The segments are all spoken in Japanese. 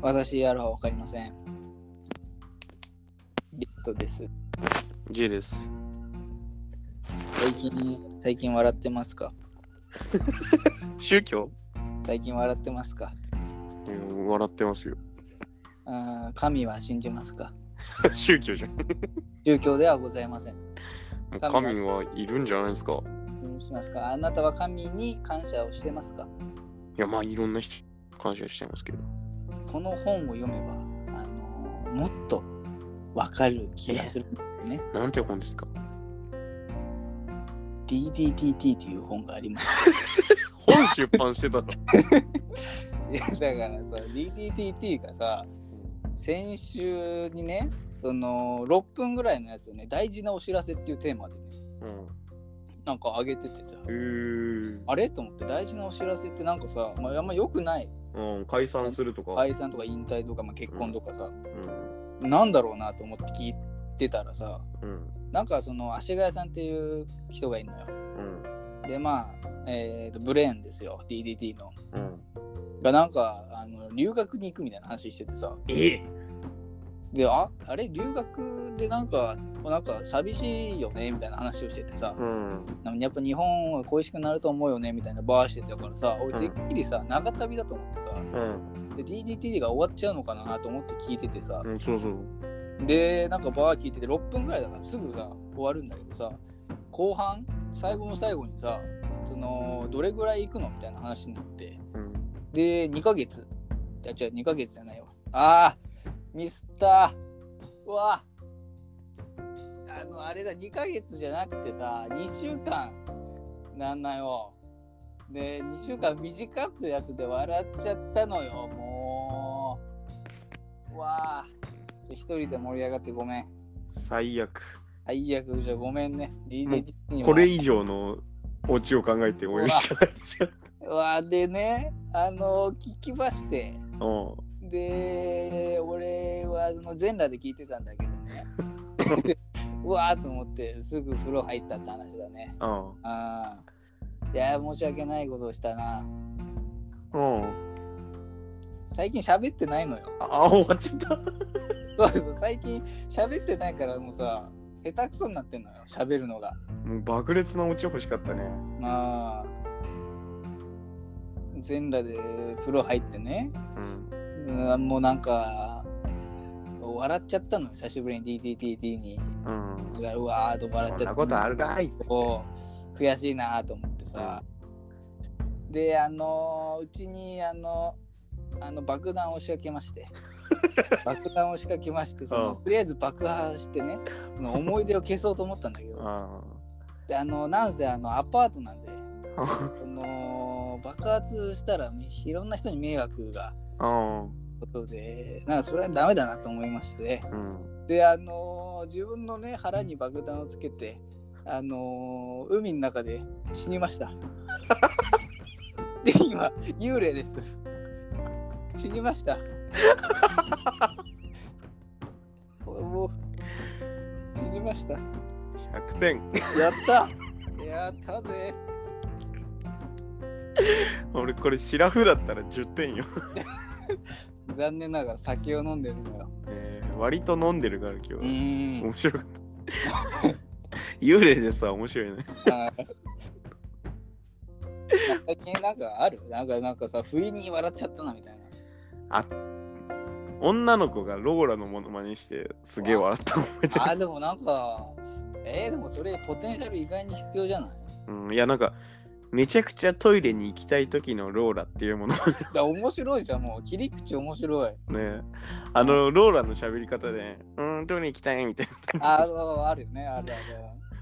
私やらわかりません。ビットです。 J です。最近、最近笑ってますか宗教最近笑ってますかうん笑ってますよ。 うーん神は信じますか宗教じゃん。も宗教ではございません。う神はいるんじゃないですか。どうしますかあなたは神に感謝をしてますかいや、まあいろんな人感謝してますけど。この本を読めば、あのもっとわかる気がするんだよね。なんて本ですか DDTT という本があります。本出版して たの。い やだからさ、DDTT がさ、先週にね、その6分ぐらいのやつをね、大事なお知らせっていうテーマでね、なんか上げててさ、うん。あれと思って大事なお知らせってなんかさ、まあ、あんま良くないうん。解散するとか。解散とか引退とか、まあ、結婚とかさ、うん。なんだろうなと思って聞いてたらさうん。なんかその足谷さんっていう人がいるのようん。でまあ、えー、とブレーンですよ DDT のうん。がなんかあの留学に行くみたいな話しててさえでああれ留学でなんかなんか寂しいよねみたいな話をしててさ、うん。なんかやっぱ日本は恋しくなると思うよねみたいなバーしてたからさ俺うんてっきりさ長旅だと思ってさ、うん。で DDT が終わっちゃうのかなと思って聞いててさ、うん。そうそう。でなんかバー聞いてて6分ぐらいだからすぐさ終わるんだけどさ後半最後の最後にさそのどれぐらい行くのみたいな話になってうん。で2ヶ月じゃ違う2ヶ月じゃないわあーミスったうわあのあれだ2ヶ月じゃなくてさ2週間なんなよで2週間短ってやつで笑っちゃったのよもううわあ一人で盛り上がってごめん最悪。最悪じゃごめんね DDT にはこれ以上のオチを考えて応援しかないじゃ ん。うわでねあの聞きましてうん。で俺はあの全裸で聞いてたんだけどね うわーと思ってすぐ風呂入ったって話だねうん。ああいや申し訳ないことをしたなうん。最近喋ってないのよあ、終わっちゃった。そうそう最近喋ってないからもうさ下手くそになってんのよ喋るのが もう爆裂なオチ欲しかったね。まあ全裸で風呂入ってねうん。うんもうなんか笑っちゃったのよ久しぶりに DDTT にうんだ。からうわーっと笑っちゃったそんなことあるかい。こう悔しいなと思ってさ、であのーうちにあのあの爆弾を仕掛けまして爆弾を仕掛けましてそのうんとりあえず爆破してねその思い出を消そうと思ったんだけ どあであのなんせあのアパートなんであ。その爆発したらめいろんな人に迷惑がうん。ことでなんかそれはダメだなと思いましてうん。であのー自分のね腹に爆弾をつけてあのー海の中で死にましたで今幽霊です死にましたもう死にました100点。やったやったぜ俺これシラフだったら10点よ。残念ながら酒を飲んでるのよえー割と飲んでるからう今日。ーん面白かった。幽霊でさ、面白いね。はい最近なんかあるなんかなんかさ不意に笑っちゃったなみたいな女の子がローラのモノマネしてすげえ笑った覚えてるあーでもなんか、えー、でもそれポテンシャル意外に必要じゃない うん、いやなんかめちゃくちゃトイレに行きたい時のローラっていうものだから面白いじゃん、もう切り口面白い。ねあのローラの喋り方で「うーんトイレ行きたい」みたいなあ感ーじそうであるよね、あるある。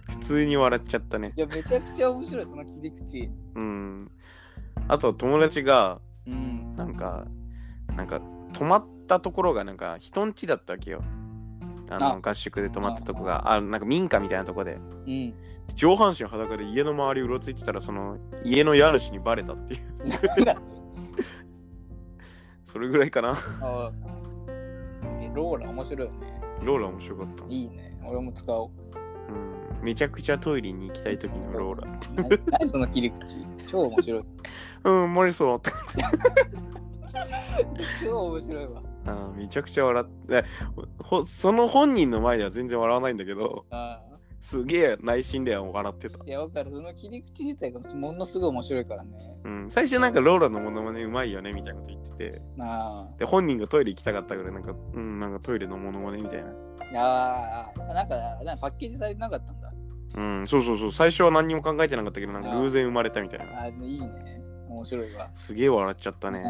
普通に笑っちゃったねいや、めちゃくちゃ面白い、その切り口。うんあと友達がうん。なんかなんか泊まったところがなんか人ん家だったわけよあの合宿で泊まったとこがあなんか民家みたいなとこでうん。上半身裸で家の周りうろついてたらその家の家主にバレた っていうそれぐらいかなあーえローラ面白いよね。ローラ面白かったいいね。俺も使おう。うんめちゃくちゃトイレに行きたい時のローラ。な何その切り口。超面白い。うん、モリソー。超面白いわ。うんめちゃくちゃ笑ってほその本人の前では全然笑わないんだけどあすげえ内心では笑ってたあいや、わかる。その切り口自体がものすごい面白いからね。うん、最初なんかローラのモノマネうまいよねみたいなこと言っててあで本人がトイレ行きたかったからなんかうんなんかトイレのモノマネみたいなあ。ああ。なんか、なんかパッケージされてなかったんだ。うんそうそうそう最初は何にも考えてなかったけどなんかあー偶然生まれたみたいなああ、でもいいね。面白いわ。すげえ笑っちゃったうねん